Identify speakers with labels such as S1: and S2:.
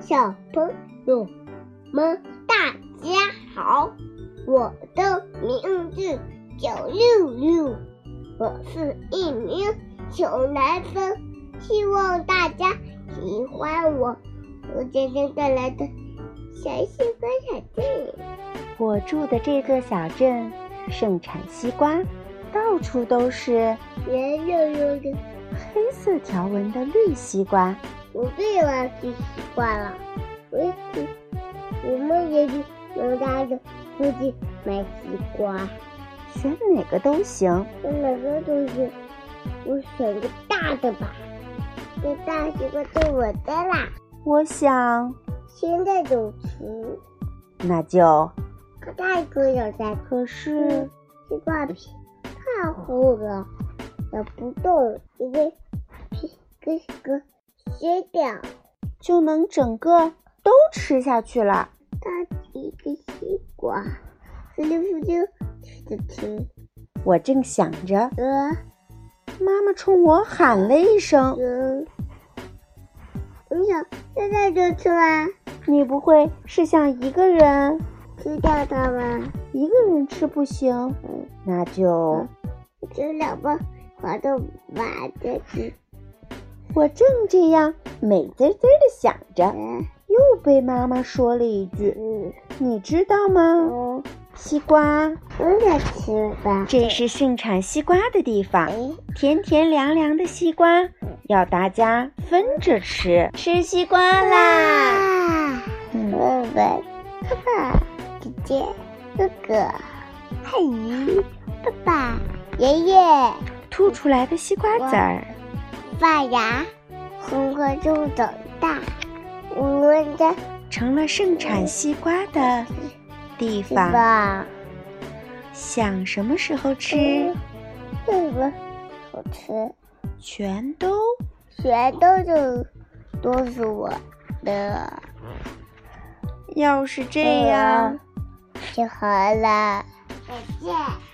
S1: 小朋友们，大家好！我的名字叫六六，我是一名小男生，希望大家喜欢我。我今天带来的小西瓜小镇，
S2: 我住的这个小镇盛产西瓜，到处都是
S1: 圆溜溜的。
S2: 黑色条纹的绿西瓜。
S1: 我最玩吃西瓜了，我也去，我们也去农家的附近买西瓜，
S2: 选哪个都行。
S1: 我哪个都行，我选个大的吧，这大西瓜是我的啦，
S2: 我想，
S1: 现在就吃，
S2: 那就
S1: 可太可小才
S2: 可是
S1: 西瓜皮太厚了，咬不动，因为皮跟个水饺。
S2: 就能整个都吃下去了。
S1: 它一个西瓜，四六四六吃着吃，
S2: 我正想着，
S1: 呃
S2: 妈妈冲我喊了一声
S1: 嗯，我想现在就吃完，：“
S2: 你不会是想一个人
S1: 吃掉它吧，
S2: 一个人吃不行？那就……
S1: 吃两包黄豆丸再吃。
S2: 我正这样美滋滋的想着，
S1: 嗯
S2: 又被妈妈说了一句
S1: 嗯，：‘
S2: 你知道吗？
S1: 我
S2: 西瓜，
S1: 我想吃吧。
S2: 这是盛产西瓜的地方。’
S1: 哎，
S2: 甜甜凉凉的西瓜，要大家分着吃。吃西瓜！
S1: 啦，
S2: 嗯，
S1: 问问爸爸、姐姐、哥哥、阿姨、爸爸、爷爷。
S2: 吐出来的西瓜籽儿，
S1: 发芽，红果树长大。我们在
S2: 成了盛产西瓜的地
S1: 吃
S2: 方。
S1: 吧？
S2: 想什么时候吃，
S1: 这个好吃，
S2: 全都
S1: 全都是都是我的。
S2: 要是这嗯
S1: 嗯吃好了，再见。